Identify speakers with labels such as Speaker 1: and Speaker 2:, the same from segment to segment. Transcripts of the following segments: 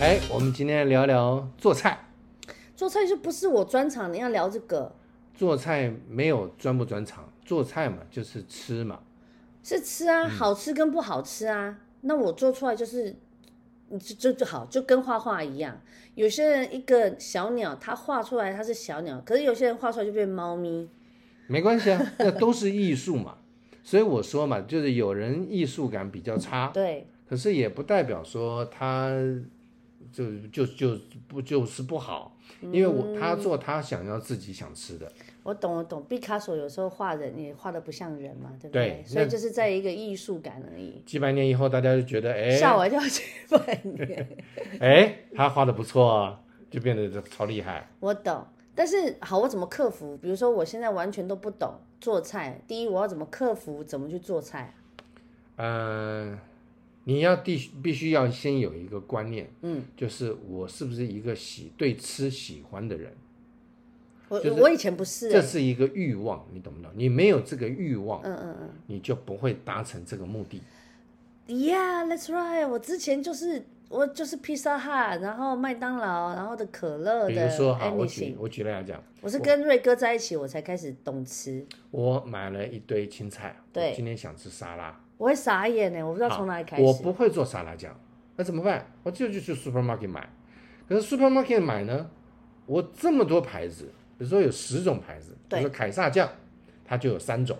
Speaker 1: 哎，我们今天聊聊做菜。
Speaker 2: 做菜就不是我专长，你要聊这个
Speaker 1: 做菜没有专不专长，做菜嘛就是吃嘛。
Speaker 2: 是吃
Speaker 1: 嗯
Speaker 2: 啊，好吃跟不好吃啊。那我做出来就是，嗯就就就好，就跟画画一样。有些人一个小鸟，它画出来它是小鸟，可是有些人画出来就变猫咪。
Speaker 1: 没关系啊，那都是艺术嘛。 所以我说嘛，就是有人艺术感比较差，
Speaker 2: 对，
Speaker 1: 可是也不代表说他就就就不就是不好，因为我他做他想要自己想吃的，
Speaker 2: 我懂我懂。毕卡索有时候画人也画的不像人嘛，对不
Speaker 1: 对
Speaker 2: 所以
Speaker 1: 那
Speaker 2: 就是在一个艺术感而已。
Speaker 1: 几百年以后大家就觉得，
Speaker 2: 吓
Speaker 1: 哎
Speaker 2: 我一跳，去半年。
Speaker 1: 哎，他画的不错啊，就变得超厉害。
Speaker 2: 我懂，但是好，我怎么克服？比如说，我现在完全都不懂做菜。第一，我要怎么克服？怎么去做菜？
Speaker 1: 嗯，你要必须必须要先有一个观念，
Speaker 2: 嗯，
Speaker 1: 就是我是不是一个喜对吃喜欢的人，
Speaker 2: 我、
Speaker 1: 就是
Speaker 2: 我以前不是、
Speaker 1: 这
Speaker 2: 欸，
Speaker 1: 是一个欲望，你懂不懂？你没有这个欲望，
Speaker 2: 嗯嗯嗯
Speaker 1: 你就不会达成这个目的。
Speaker 2: ，Yeah，that's right。我之前就是我就是披萨哈，然后麦当劳，然后的可乐
Speaker 1: 比
Speaker 2: 的哎
Speaker 1: 如说，哈，我举
Speaker 2: anything。
Speaker 1: 我举例来讲，
Speaker 2: 我是跟瑞哥在一起，我才开始懂吃。
Speaker 1: 我买了一堆青菜，我
Speaker 2: 对
Speaker 1: 今天想吃沙拉，
Speaker 2: 我会傻眼欸呢、我不知道从哪里开
Speaker 1: 我
Speaker 2: 始。
Speaker 1: 不会做沙拉酱，那怎么办？我就就去 supermarket 买。可是 supermarket 买呢，我这么多牌子，比如说有十种牌子，比
Speaker 2: 对
Speaker 1: 如说凯撒酱，它就有三种，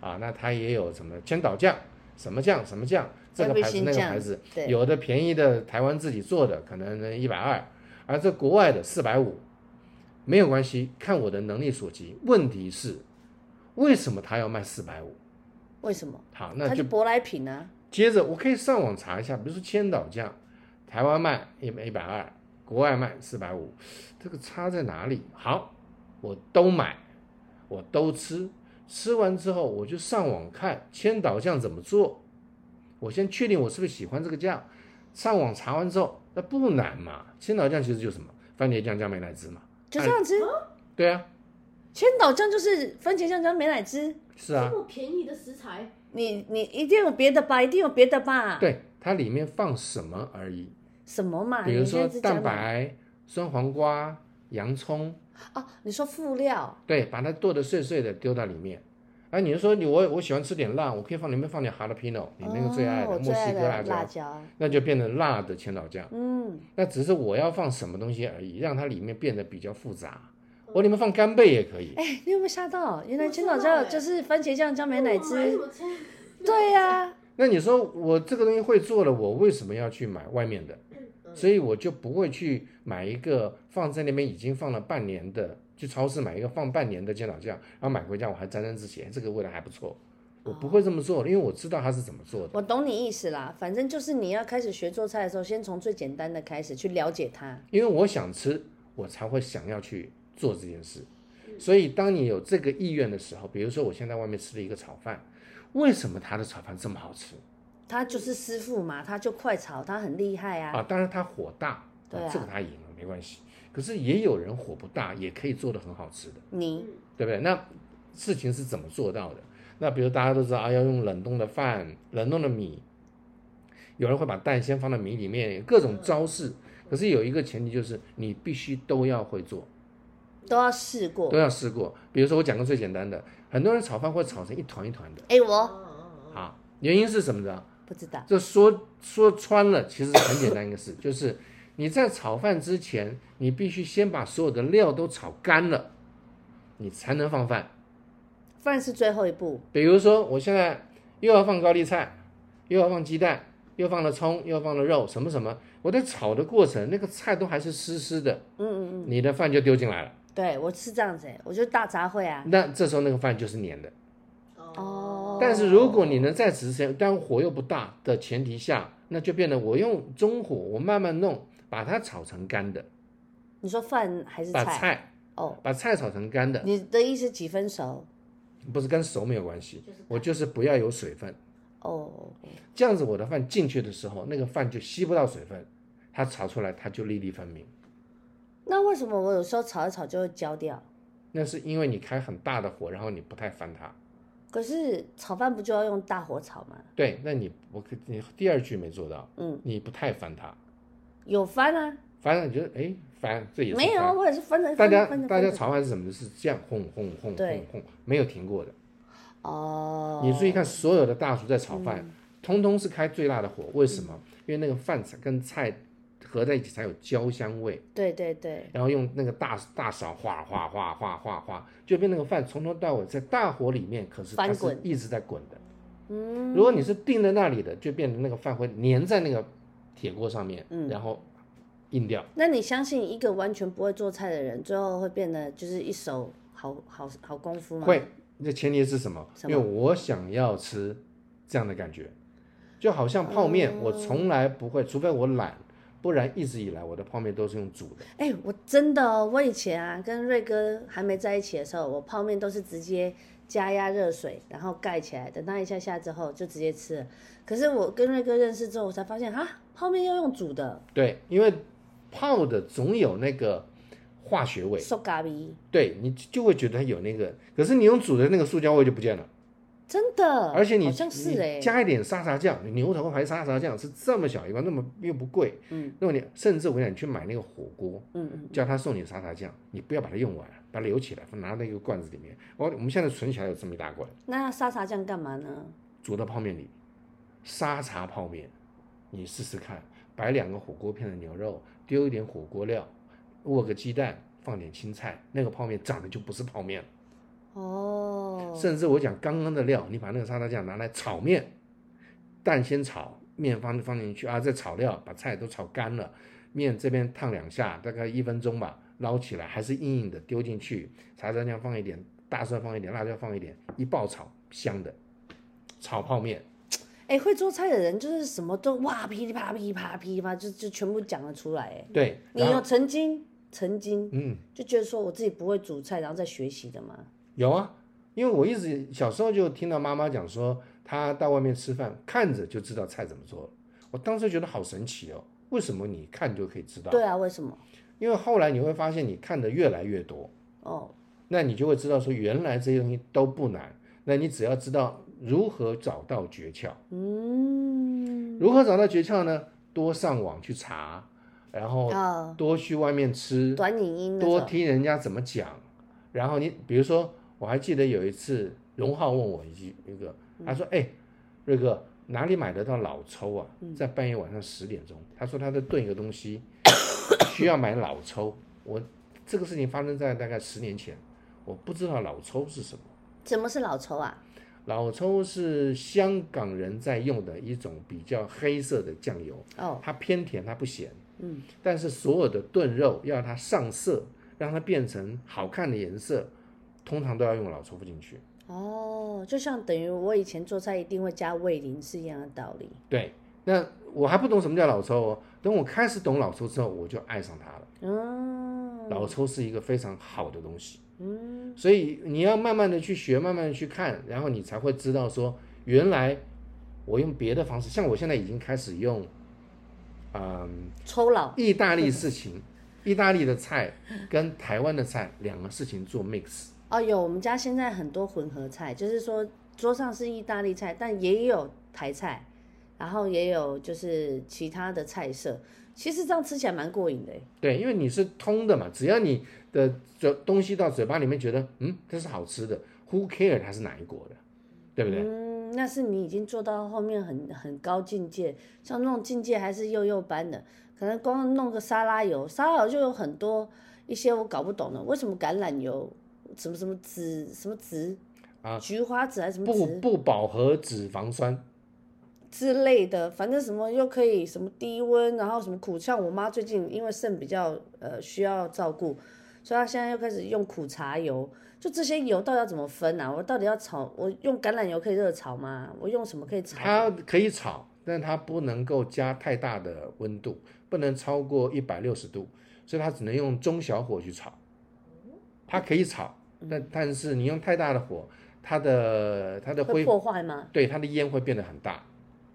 Speaker 1: 啊，那它也有什么千岛酱、什么酱、什么酱，这个牌子
Speaker 2: Everything
Speaker 1: 那个
Speaker 2: 酱
Speaker 1: 牌子，
Speaker 2: 对
Speaker 1: 有的便宜的台湾自己做的可能一百二，而这国外的四百五，没有关系，看我的能力所及。问题是，为什么他要卖四百五？
Speaker 2: 为什么？
Speaker 1: 好，那
Speaker 2: 它
Speaker 1: 就是嗯
Speaker 2: 舶来品啊。
Speaker 1: 接着我可以上网查一下，比如说千岛酱，台湾卖一一百二，国外卖四百五，这个差在哪里？好，我都买，我都吃，吃完之后我就上网看千岛酱怎么做，我先确定我是不是喜欢这个酱，上网查完之后，那不难嘛，千岛酱其实就是什么番茄酱加美乃滋嘛，
Speaker 2: 就这样吃，
Speaker 1: 对啊，
Speaker 2: 千岛酱就是番茄酱加美乃滋，
Speaker 1: 是啊
Speaker 3: 这，么便宜的食材，
Speaker 2: 你你一定有别的吧，一定有别的吧。
Speaker 1: 对，它里面放什么而已，
Speaker 2: 什么嘛？
Speaker 1: 比如
Speaker 2: 啊你现
Speaker 1: 说
Speaker 2: 在是
Speaker 1: 蛋
Speaker 2: 讲哪
Speaker 1: 白、酸黄瓜、洋葱。
Speaker 2: 哦，你说副料，
Speaker 1: 对，把它剁得碎碎的丢到里面。哎，你是说你我我喜欢吃点辣，我可以放里面放点 jalapeno，你那个最爱
Speaker 2: 哦
Speaker 1: 的
Speaker 2: 我
Speaker 1: 墨
Speaker 2: 最爱
Speaker 1: 西哥辣
Speaker 2: 的
Speaker 1: 椒，
Speaker 2: 辣椒，
Speaker 1: 那就变成辣的千岛酱。
Speaker 2: 嗯，
Speaker 1: 那只是我要放什么东西而已，让它里面变得比较复杂。我里面放干贝也可以，
Speaker 2: 哎，你有没有吓到？欸原来
Speaker 3: 我
Speaker 2: 千
Speaker 3: 知
Speaker 2: 岛
Speaker 3: 道
Speaker 2: 酱
Speaker 3: 哎
Speaker 2: 就是番茄酱加美乃
Speaker 3: 我买什
Speaker 2: 滋，
Speaker 3: 么菜
Speaker 2: 对呀、
Speaker 1: 那你说我这个东西会做了，我为什么要去买外面的？
Speaker 2: 嗯
Speaker 1: 所以我就不会去买一个放在那边已经放了半年的，去超市买一个放半年的千岛酱，然后买回家我还沾沾自喜，哎这个味道还不错。我不
Speaker 2: 哦
Speaker 1: 会这么做，因为我知道它是怎么做的。
Speaker 2: 我懂你意思啦。反正就是你要开始学做菜的时候，先从最简单的开始去了解它。
Speaker 1: 因为我想吃，我才会想要去做这件事。所以，当你有这个意愿的时候，比如说我现在外面吃了一个炒饭，为什么他的炒饭这么好吃
Speaker 2: 他就是师傅嘛，他就快炒，他很厉害啊。
Speaker 1: 啊？当然他火大，
Speaker 2: 对啊
Speaker 1: 这个他赢了没关系。可是也有人火不大，也可以做的很好吃的，
Speaker 2: 你
Speaker 1: 对不对？那事情是怎么做到的？那比如大家都知道啊，要用冷冻的饭、冷冻的米，有人会把蛋先放到米里面，有各
Speaker 2: 嗯
Speaker 1: 种招式。可是有一个前提就是你必须都要会做。
Speaker 2: 都要试过
Speaker 1: 都。要试过。比如说，我讲个最简单的，很多人炒饭会炒成一团一团的
Speaker 2: 哎、我
Speaker 3: 嗯
Speaker 1: 啊，原因是什么呢？
Speaker 2: 不知道，
Speaker 1: 这说说穿了，其实很简单一个 事，就是你在炒饭之前，你必须先把所有的料都炒干了，你才能放饭。
Speaker 2: 饭是最后一步。
Speaker 1: 比如说，我现在又要放高丽菜，又要放鸡蛋，又放了葱，又放了肉，什么什么，我在炒的过程，那个菜都还是湿湿的，嗯嗯嗯，你的饭就丢进来了，
Speaker 2: 对我是这样子、欸，我就大杂烩啊。
Speaker 1: 那这时候那个饭就是黏的。
Speaker 3: 嗯
Speaker 2: 哦，
Speaker 1: 但是如果你能在此之前，但火又不大的前提下，那就变得我用中火，我慢慢弄，把它炒成干的，
Speaker 2: 你说饭还是
Speaker 1: 把
Speaker 2: 菜？
Speaker 1: 菜
Speaker 2: 哦，
Speaker 1: 把菜炒成干的，
Speaker 2: 你的意思几分熟？
Speaker 1: 不是跟熟没有关系，我就是不要有水分，
Speaker 2: 哦，
Speaker 1: 这样子我的饭进去的时候，那个饭就吸不到水分，它炒出来它就粒粒分明。
Speaker 2: 那为什么我有时候炒一炒就会焦掉？
Speaker 1: 那是因为你开很大的火，然后你不太翻它。
Speaker 2: 可是炒饭不就要用大火炒吗？
Speaker 1: 对，那你我你第二句没做到，
Speaker 2: 嗯，
Speaker 1: 你不太翻它，
Speaker 2: 有翻啊，
Speaker 1: 翻了你觉得哎翻，这也是
Speaker 2: 没有啊，
Speaker 1: 翻。
Speaker 2: 我也是翻着
Speaker 1: 大
Speaker 2: 翻着
Speaker 1: 家
Speaker 2: 翻着
Speaker 1: 大
Speaker 2: 翻
Speaker 1: 家
Speaker 2: 着。
Speaker 1: 炒饭是什么？是这样轰轰轰
Speaker 2: 对
Speaker 1: 轰轰，没有停过的。
Speaker 2: 哦，嗯
Speaker 1: 你注意看，所有的大厨在炒饭，通通是开最大的火。为什么？因为那个饭菜跟菜合在一起才有焦香味。
Speaker 2: 对对对，
Speaker 1: 然后用那个大大勺哗哗哗哗哗哗，就变那个饭从头到尾在大火里面，可是它
Speaker 2: 翻
Speaker 1: 是
Speaker 2: 滚
Speaker 1: 一直在滚的。
Speaker 2: 嗯，
Speaker 1: 如果你是定在那里的，就变成那个饭会粘在那个铁锅上面，
Speaker 2: 嗯
Speaker 1: 然后硬掉。
Speaker 2: 那你相信一个完全不会做菜的人，最后会变得就是一手好好好功夫吗？
Speaker 1: 会，那前提是什么？
Speaker 2: 什
Speaker 1: 因为我想要吃这样的感觉，就好像泡
Speaker 2: 哦
Speaker 1: 面，我从来不会，除非我懒，不然一直以来我的泡面都是用煮的。
Speaker 2: 哎、我真的、哦，我以前啊跟瑞哥还没在一起的时候，我泡面都是直接加压热水，然后盖起来，等它一下下之后就直接吃了。可是我跟瑞哥认识之后，我才发现哈，泡面要用煮的，
Speaker 1: 对，因为泡的总有那个化学味。
Speaker 2: 受咖喱，
Speaker 1: 对你就就会觉得它有那个，可是你用煮的那个塑胶味就不见了，
Speaker 2: 真的，
Speaker 1: 而且你
Speaker 2: 呃好像是哎、
Speaker 1: 你加一点沙茶酱，你牛头牌沙茶酱是这么小一罐，那么又不贵，
Speaker 2: 嗯，
Speaker 1: 那么你甚至我跟你讲，你去买那个火锅，
Speaker 2: 嗯嗯，
Speaker 1: 叫他送你沙茶酱，你不要把它用完，把它留起来，拿到一个罐子里面，哦我我们现在存起来有这么一大罐，
Speaker 2: 那沙茶酱干嘛呢？
Speaker 1: 煮到泡面里，沙茶泡面，你试试看，摆两个火锅片的牛肉，丢一点火锅料，握个鸡蛋，放点青菜，那个泡面长得就不是泡面了。
Speaker 2: 哦，
Speaker 1: 甚至我讲刚刚的料，你把那个沙拉酱拿来炒面，蛋先炒，面放放进去啊，再炒料，把菜都炒干了，面这边烫两下，大概一分钟吧，捞起来还是硬硬的，丢进去，沙茶酱放一点，大蒜放一点，辣椒放一点，一爆炒，香的，炒泡面。
Speaker 2: 哎、会做菜的人就是什么都哇噼里啪啦噼里啪啦噼里啪啦，就就全部讲得出来哎。
Speaker 1: 对，
Speaker 2: 你
Speaker 1: 然后
Speaker 2: 有曾经曾经
Speaker 1: 嗯
Speaker 2: 就觉得说我自己不会煮菜，然后再学习的吗？
Speaker 1: 有啊，因为我一直小时候就听到妈妈讲说，她到外面吃饭，看着就知道菜怎么做了。我当时觉得好神奇哦，为什么你看就可以知道？
Speaker 2: 对啊，为什么？
Speaker 1: 因为后来你会发现，你看的越来越多，
Speaker 2: 哦，
Speaker 1: 那你就会知道说，原来这些东西都不难。那你只要知道如何找到诀窍，
Speaker 2: 嗯，
Speaker 1: 如何找到诀窍呢？多上网去查，然后
Speaker 2: 啊，
Speaker 1: 多去外面吃，
Speaker 2: 短影音那
Speaker 1: 哦嗯多
Speaker 2: 种，
Speaker 1: 听人家怎么讲。然后你比如说，我还记得有一次，荣浩问我一句一个，
Speaker 2: 嗯
Speaker 1: 他说：“哎，瑞哥，哪里买得到老抽啊？
Speaker 2: 嗯
Speaker 1: 在半夜晚上十点钟。”他说他在炖一个东 西，需要买老抽。我这个事情发生在大概十年前，我不知道老抽是什么。
Speaker 2: 什么是老抽啊？
Speaker 1: 老抽是香港人在用的一种比较黑色的酱油，
Speaker 2: 哦，
Speaker 1: 它偏甜，它不咸。嗯，但是所有的炖肉要它上色，让它变成好看的颜色，通常都要用老抽进去。
Speaker 2: 哦，就像等于我以前做菜一定会加味淋是一样的道理。
Speaker 1: 对，那我还不懂什么叫老抽哦。等我开始懂老抽之后，我就爱上它了。
Speaker 2: 嗯，
Speaker 1: 老抽是一个非常好的东西，
Speaker 2: 嗯，
Speaker 1: 所以你要慢慢的去学，慢慢的去看，然后你才会知道说，原来我用别的方式，像我现在已经开始用，嗯，
Speaker 2: 抽老，
Speaker 1: 意大利事情，意大利的菜跟台湾的菜两个事情做 mix。
Speaker 2: 哦，有我们家现在很多混合菜，就是说桌上是意大利菜，但也有台菜，然后也有就是其他的菜色，其实这样吃起来蛮过瘾的耶。
Speaker 1: 对，因为你是通的嘛，只要你的嘴东西到嘴巴里面觉得，嗯，这是好吃的，Who care 它是哪一国的，对不对？
Speaker 2: 嗯，那是你已经做到后面很很高境界，像那种境界还是幼幼班的，可能光弄个沙拉油，沙拉油就有很多一些我搞不懂的，为什么橄榄油什么什么籽什么籽
Speaker 1: 啊
Speaker 2: 菊花籽还嗯是什么
Speaker 1: 不
Speaker 2: 籽
Speaker 1: 不饱和脂肪酸，
Speaker 2: 之类的，反正什么又可以什么低温，然后什么苦，像我妈最近因为肾比较呃需要照顾，所以她现在又开始用苦茶油。就这些油到底要怎么分啊？我到底要炒？我用橄榄油可以热炒吗？我用什么可以炒？
Speaker 1: 它可以炒，但它不能够加太大的温度，不能超过一百六十度，所以它只能用中小火去炒。它可以炒，
Speaker 2: 嗯
Speaker 1: 但但是你用太大的火，它的它的
Speaker 2: 会
Speaker 1: 灰
Speaker 2: 破坏吗？
Speaker 1: 对它的烟会变得很大。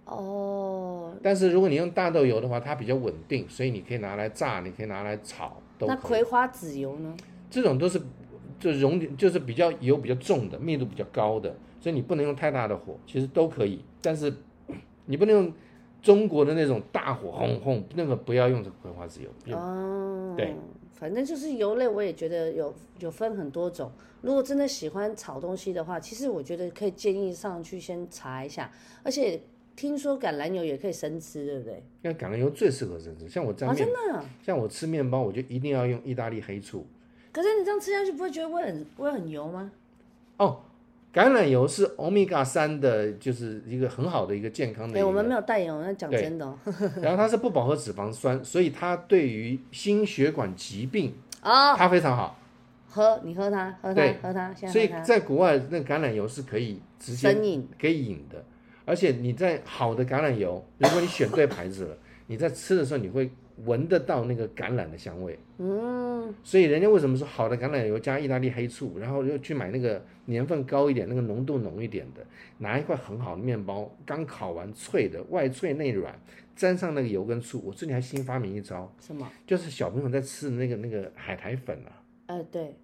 Speaker 2: 哦，
Speaker 1: 但是如果你用大豆油的话，它比较稳定，所以你可以拿来炸，你可以拿来炒，都
Speaker 2: 那
Speaker 1: 可以。
Speaker 2: 葵花籽油呢？
Speaker 1: 这种都是就熔点就是比较油比较重的，密度比较高的，所以你不能用太大的火，其实都可以，但是嗯你不能用中国的那种大火轰轰，那个不要用这个葵花籽油，用
Speaker 2: 哦，
Speaker 1: 嗯对，
Speaker 2: 反正就是油类，我也觉得有有分很多种。如果真的喜欢炒东西的话，其实我觉得可以建议上去先查一下，而且听说橄榄油也可以生吃，对不对？
Speaker 1: 因为橄榄油最适合生吃。像我蘸
Speaker 2: 啊，
Speaker 1: 面，
Speaker 2: 真的。
Speaker 1: 像我吃面包，我就一定要用意大利黑醋。
Speaker 2: 可是你这样吃下去，不会觉得会很会很油吗？
Speaker 1: 哦，橄榄油是欧米伽三的，就是一个很好的一个健康的
Speaker 2: 哎，
Speaker 1: 一
Speaker 2: 我们
Speaker 1: 个，
Speaker 2: 没有代言，我们讲真的哦。
Speaker 1: 然后它是不饱和脂肪酸，所以它对于心血管疾病
Speaker 2: 哦，
Speaker 1: 它非常好。
Speaker 2: 喝你喝它，喝它
Speaker 1: 对，
Speaker 2: 喝它，现
Speaker 1: 所
Speaker 2: 在
Speaker 1: 以
Speaker 2: 喝它。
Speaker 1: 在国外，那橄榄油是可以直接
Speaker 2: 生饮
Speaker 1: 可以饮的，而且你在好的橄榄油，如果你选对牌子 了，你在吃的时候你会闻得到那个橄榄的香味。嗯，所以人家为什么说好的橄榄油加意大利黑醋，然后又去买那个年份高一点、那个浓度浓一点的，拿一块很好的面包，刚烤完脆的，外脆内软，沾上那个油跟醋。我最近还新发明一招，
Speaker 2: 什么？
Speaker 1: 就是小朋友在吃的那个那个海苔粉啊，
Speaker 2: 哎，对，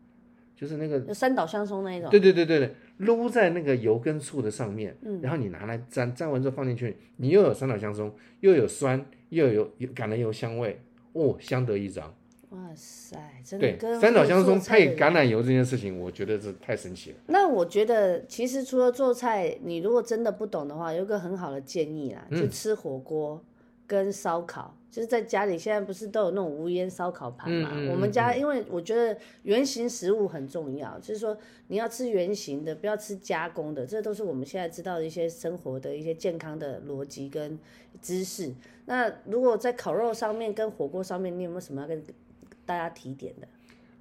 Speaker 1: 就是那个
Speaker 2: 就三岛香松那一种。
Speaker 1: 对对对对对，撸在那个油跟醋的上面，
Speaker 2: 嗯
Speaker 1: 然后你拿来沾，沾完之后放进去，你又有三岛香松，又有酸，又有有橄榄油香味，哦，相得益彰。
Speaker 2: 哇塞，真的
Speaker 1: 对
Speaker 2: 跟，
Speaker 1: 三岛香
Speaker 2: 做
Speaker 1: 松
Speaker 2: 菜的
Speaker 1: 配
Speaker 2: 人
Speaker 1: 橄榄油这件事情，我觉得是太神奇了。
Speaker 2: 那我觉得，其实除了做菜，你如果真的不懂的话，有一个很好的建议啦，
Speaker 1: 嗯
Speaker 2: 就吃火锅跟烧烤，就是在家里现在不是都有那种无烟烧烤盘嘛？
Speaker 1: 嗯嗯
Speaker 2: 我们家因为我觉得原型食物很重要，就是说你要吃原型的，不要吃加工的，这都是我们现在知道的一些生活的一些健康的逻辑跟知识。那如果在烤肉上面跟火锅上面，你有没有什么要跟大家提点的？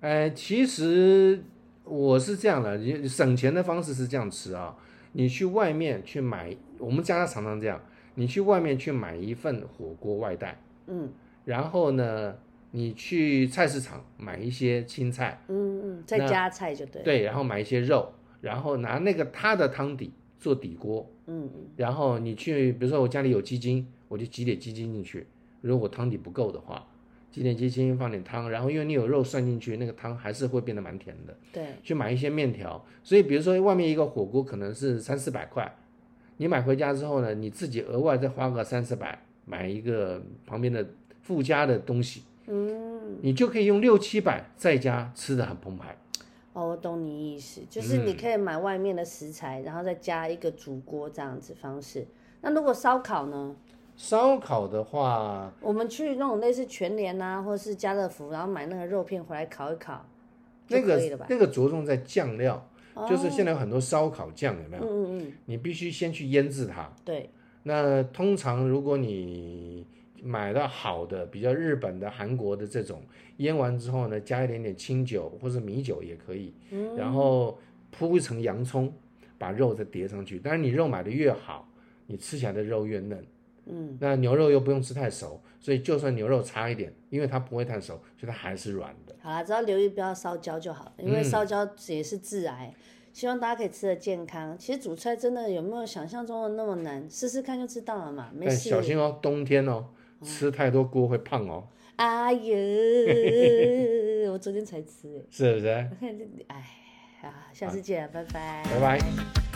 Speaker 1: 呃，其实我是这样的，你省钱的方式是这样吃啊，你去外面去买，我们家常常这样，你去外面去买一份火锅外带，
Speaker 2: 嗯
Speaker 1: 然后呢，你去菜市场买一些青菜。
Speaker 2: 嗯嗯，再
Speaker 1: 那
Speaker 2: 加菜就对了。
Speaker 1: 对，然后买一些肉，然后拿那个它的汤底做底锅，
Speaker 2: 嗯嗯。
Speaker 1: 然后你去，比如说我家里有鸡精，我就挤点鸡精进去。如果我汤底不够的话，挤点鸡精放点汤，然后因为你有肉涮进去，那个汤还是会变得蛮甜的。
Speaker 2: 对，
Speaker 1: 去买一些面条，所以比如说外面一个火锅可能是三四百块，你买回家之后呢，你自己额外再花个三四百买一个旁边的附加的东西，嗯，你就可以用六七百在家吃的很澎湃。
Speaker 2: 哦，我懂你意思，就是你
Speaker 1: 嗯
Speaker 2: 可以买外面的食材，然后再加一个煮锅这样子方式。那如果烧烤呢？
Speaker 1: 烧烤的话，
Speaker 2: 我们去那种类似全联啊，或是家乐福，然后买那个肉片回来烤一烤，就
Speaker 1: 那个
Speaker 2: 可以了吧？哦
Speaker 1: 那个着重在酱料，就是现在有很多烧烤酱有没
Speaker 2: 嗯
Speaker 1: 有？
Speaker 2: 嗯嗯，
Speaker 1: 你必须先去腌制它。
Speaker 2: 对，
Speaker 1: 那通常如果你买到好的，比较日本的、韩国的这种，腌完之后呢，加一点点清酒或者米酒也可以，
Speaker 2: 嗯
Speaker 1: 然后铺一层洋葱，把肉再叠上去。当然，你肉买的越好，你吃起来的肉越嫩。嗯，那牛肉又不用吃太熟，所以就算牛肉差一点，因为它不会太熟，所以它还是软的。
Speaker 2: 好啦，只要留意不要烧焦就好了，因为
Speaker 1: 嗯
Speaker 2: 烧焦也是致癌。希望大家可以吃的健康。其实煮菜真的有没有想象中的那么难？试试看就知道了嘛，没
Speaker 1: 但
Speaker 2: 事。
Speaker 1: 小心哦，冬天哦，吃太多锅会胖哦，
Speaker 2: 哎 呦，我昨天才吃哎。
Speaker 1: 是不是？
Speaker 2: 哎，好，下次见，拜拜。
Speaker 1: 拜拜。